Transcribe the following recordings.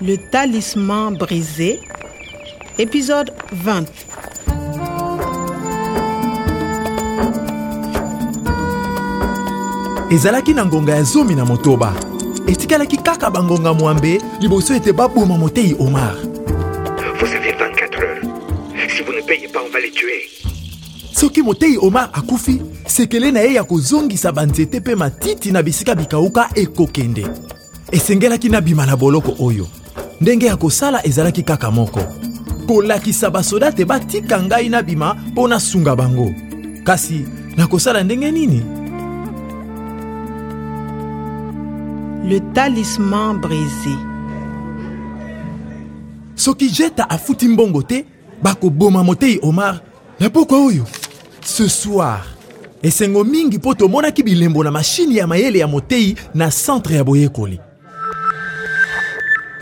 Le talisman brisé, épisode 20. ezalaki na ngonga ya zomi na motoba etikalaki kaka bangonga mwambe liboso ete baboma motei omar Vous avez 24 heures. Si vous ne payez pas, on va les tuer. soki motei omar akufi sekele na ye ya kozongisa banzete mpe matiti na bisika bikauka ekokende esengelaki na bima na boloko oyo ndenge ya kosala ezalaki kaka moko kolakisa basoda te batika ngai na bima mpo nasunga bango kasi nakosala ndenge nini Le talisman brisé. soki jeta afuti mbongo te bakoboma motei omar na pokwa oyo ce soir esengo mingi mpo tomonaki bilembo na mashini ya mayele ya motei na centre ya boyekoli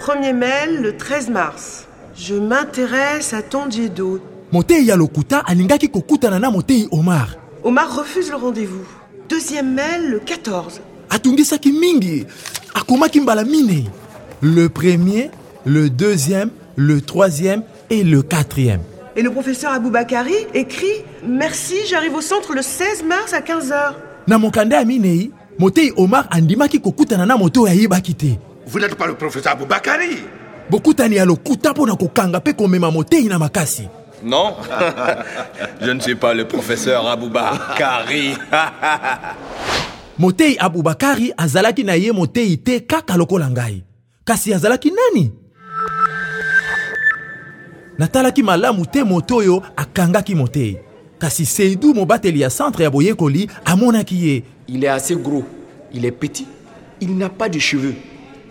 Premier mail le 13 mars. Je m'intéresse à Tondiedo. motei ya lokuta alingaki kokutana na motei omar Omar refuse le rendez-vous. Deuxième mail le 14. atungisaki mingi akomaki mbala minei le premier le deuxième le troisième et le quatrième Et le professeur Aboubakari écrit Merci, j'arrive au centre le 16 mars à 15h. na mokanda ya minei motei omar andimaki kokutana na moto oyo ayebaki te Vous n'êtes pas le professeur Aboubakari bokutani ya lokuta mpo na kokanga mpe komema motei na makasi Non Je ne suis pas le professeur Abouba Kari. motei abubakari azalaki na ye motei te kaka lokola ngai kasi azalaki nani natalaki malamu te moto oyo akangaki motei kasi seidu mobateli ya centre ya boyekoli amonaki ye Il est assez gros, il est petit, il n'a pas de cheveux,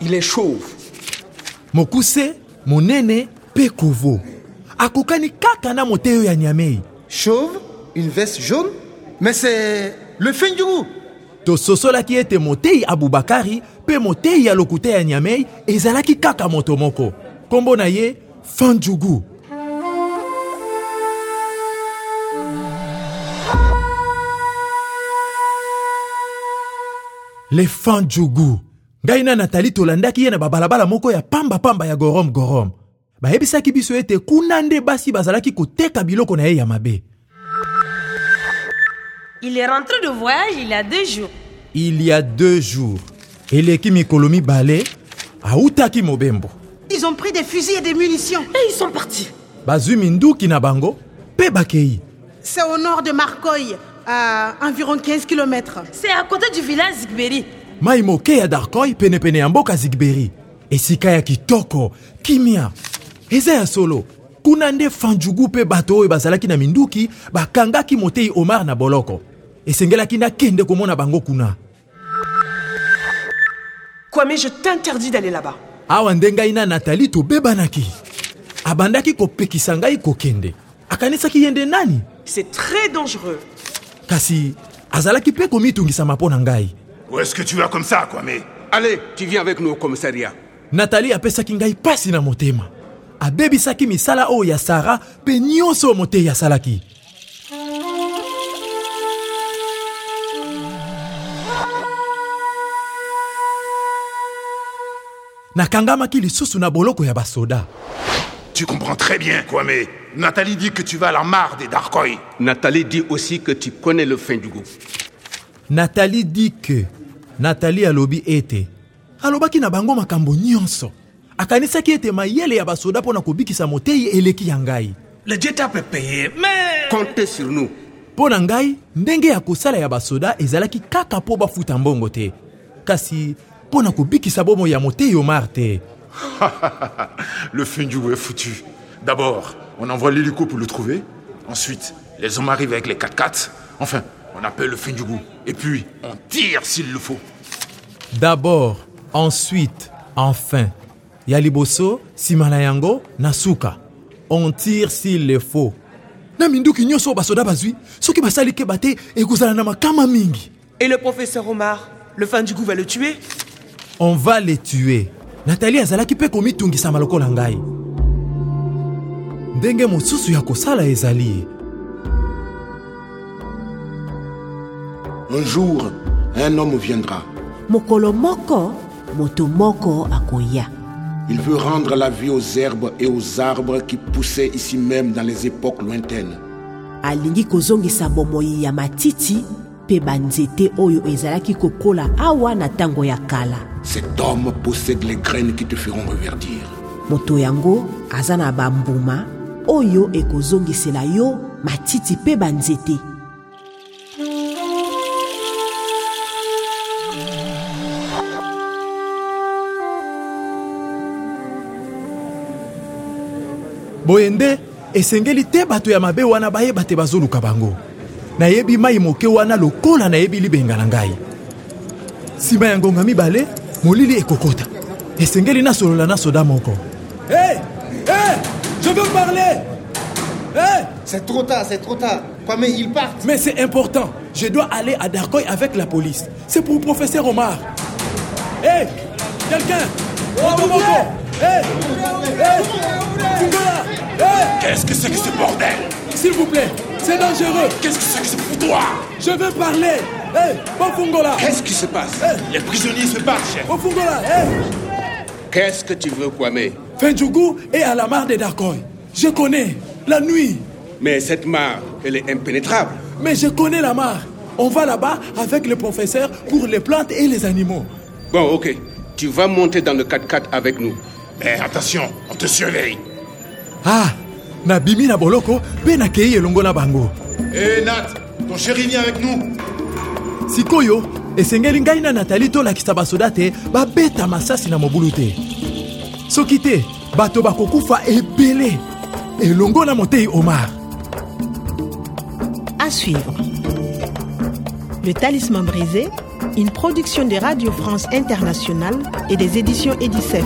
il est chauve. mokuse monene mpe kovo akokani kaka na motei oyo ya niamei Chauve, une veste jaune Mais c'est le fin du goût tososolaki ete motei abubakari mpe motei ya lokuta ya niamei ezalaki kaka moto moko nkombo na ye fanjugu le fanjugu ngai na natali tolandaki ye na babalabala moko ya pambapamba ya gorom-gorom bayebisaki biso ete kuna nde basi bazalaki koteka biloko na ye ya mabe Il est rentré de voyage il y a deux jours. il y a deux jours eleki mikolo mibale awutaki mobembo Ils ont pris des fusils et des munitions. Et ils sont partis. bazwi minduki na bango mpe bakei C'est au nord de Marcoy, à environ 15 km. C'est à côté du village Zigberi. mai moke ya darkoy penepene ya mboka zigberi esika ya kitoko kimia eza ya solo kuna nde fanjugu mpe bato oyo bazalaki na minduki bakangaki motei omar na boloko esengelaki nakende komona bango kuna Quoi, mais je t'interdis d'aller là-bas. awa nde ngai na natali tobebanaki abandaki kopekisa ngai kokende akanisaki ye nde nani C'est très dangereux. kasi azalaki mpe komitungisama mpo na ngai Où est-ce que tu vas comme ça, Kwame Allez, tu viens avec nous au commissariat. natali apesaki ngai pasi na motema abebisaki misala oyo ya sara mpe nyonso motei asalaki nakangamaki lisusu na boloko ya basoda Tu comprends très bien, Kwame. Nathalie dit que tu vas à la mare des Darkoi. Nathalie dit aussi que tu connais le fin du goût. natali di ke natali alobi ete alobaki na bango makambo nyonso akanisaki ete mayele ya basoda mpo na kobikisa motei eleki ya ngai Le jet-up est payé, mais... Comptez sur nous. mpo na ngai ndenge ya kosala ya basoda ezalaki kaka mpo bafuta mbongo te kasi mpo na kobikisa bomoi ya motei omar te le Fundu est foutu. D'abord, on envoie l'hélico pour le trouver. Ensuite, les hommes arrivent avec les 4x4. Enfin, on appelle le Fundu. Et puis, on tire s'il le faut. d'abord ensuite enfin ya liboso nsima na yango na suka on tire s'il le faut na minduki nyonso oyo basoda bazwi soki basali keba te ekozala na makama mingi Et le professeur Omar Le fin du goût va le tuer on va le tuer natali azalaki mpe komitungisama lokola ngai ndenge mosusu ya kosala ezali Un jour, un homme viendra. mokolo moko moto moko akoya Il veut rendre la vie aux herbes et aux arbres qui poussaient ici même dans les époques lointaines. alingi kozongisa bomoi ya matiti mpe banzete oyo ezalaki kokola awa na ntango ya kala Cet homme possède les graines qui te feront reverdir. moto yango aza na bambuma oyo ekozongisela yo matiti mpe banzete boye nde esengeli te bato ya mabe wana bayeba te bazoluka bango nayebi mai moke wana lokola nayebi libenga na ngai nsima ya ngonga mibale molili ekokota esengeli nasolola na soda moko hey, hey, je veux parler hey. C'est trop tard, c'est trop tard. Kwame, ils partent. Mais c'est important. Je dois aller à Darkoy avec la police. C'est pour professeur Omar. Hé hey, Quelqu'un Bravo, Moko Hé Hé Fungola Hé Qu'est-ce que c'est que ce bordel S'il vous plaît, c'est dangereux Qu'est-ce que c'est que ce foutoir Je veux parler Hé hey, Bon Fungola Qu'est-ce qui se passe Hey. Eh, Les prisonniers se battent, chef. Bon Fungola Hé Qu'est-ce que tu veux, Kwame Fendjougou est à la mare de Darkoy. Je connais. La nuit. Mais cette mare, elle est impénétrable. Mais je connais la mare. On va là-bas avec le professeur pour les plantes et les animaux. Bon, ok. Tu vas monter dans le 4x4 avec nous. Mais attention, on te surveille. Ah nabimi na boloko mpe nakei elongo na bango Hé Eh, Nat, ton chéri vient avec nous. sikoyo esengeli ngai na natali tolakisa basoda te babeta masasi na mobulu te soki te bato bakokufa ebele elongo na motei omar À suivre. Le Talisman brisé, une production de Radio France Internationale et des éditions Edicef.